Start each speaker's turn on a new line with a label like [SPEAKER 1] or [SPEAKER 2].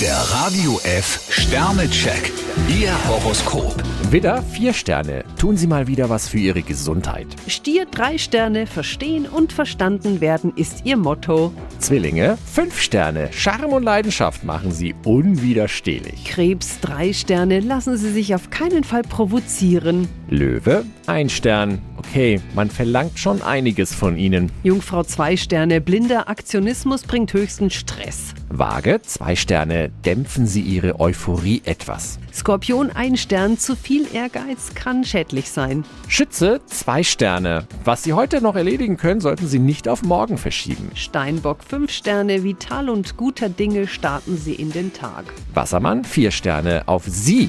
[SPEAKER 1] Der Radio F Sternecheck. Ihr Horoskop.
[SPEAKER 2] Widder, vier Sterne. Tun Sie mal wieder was für Ihre Gesundheit.
[SPEAKER 3] Stier drei Sterne, verstehen und verstanden werden ist ihr Motto.
[SPEAKER 2] Zwillinge, fünf Sterne. Charme und Leidenschaft machen Sie unwiderstehlich.
[SPEAKER 3] Krebs drei Sterne, lassen Sie sich auf keinen Fall provozieren.
[SPEAKER 2] Löwe, ein Stern. Okay, man verlangt schon einiges von Ihnen.
[SPEAKER 3] Jungfrau zwei Sterne, blinder Aktionismus bringt höchsten Stress.
[SPEAKER 2] Waage, zwei Sterne. Dämpfen Sie Ihre Euphorie etwas.
[SPEAKER 3] Skorpion ein Stern, zu viel Ehrgeiz kann schädlich sein.
[SPEAKER 2] Schütze, zwei Sterne. Was Sie heute noch erledigen können, sollten Sie nicht auf morgen verschieben.
[SPEAKER 3] Steinbock fünf Sterne, vital und guter Dinge starten Sie in den Tag.
[SPEAKER 2] Wassermann, vier Sterne. Auf Sie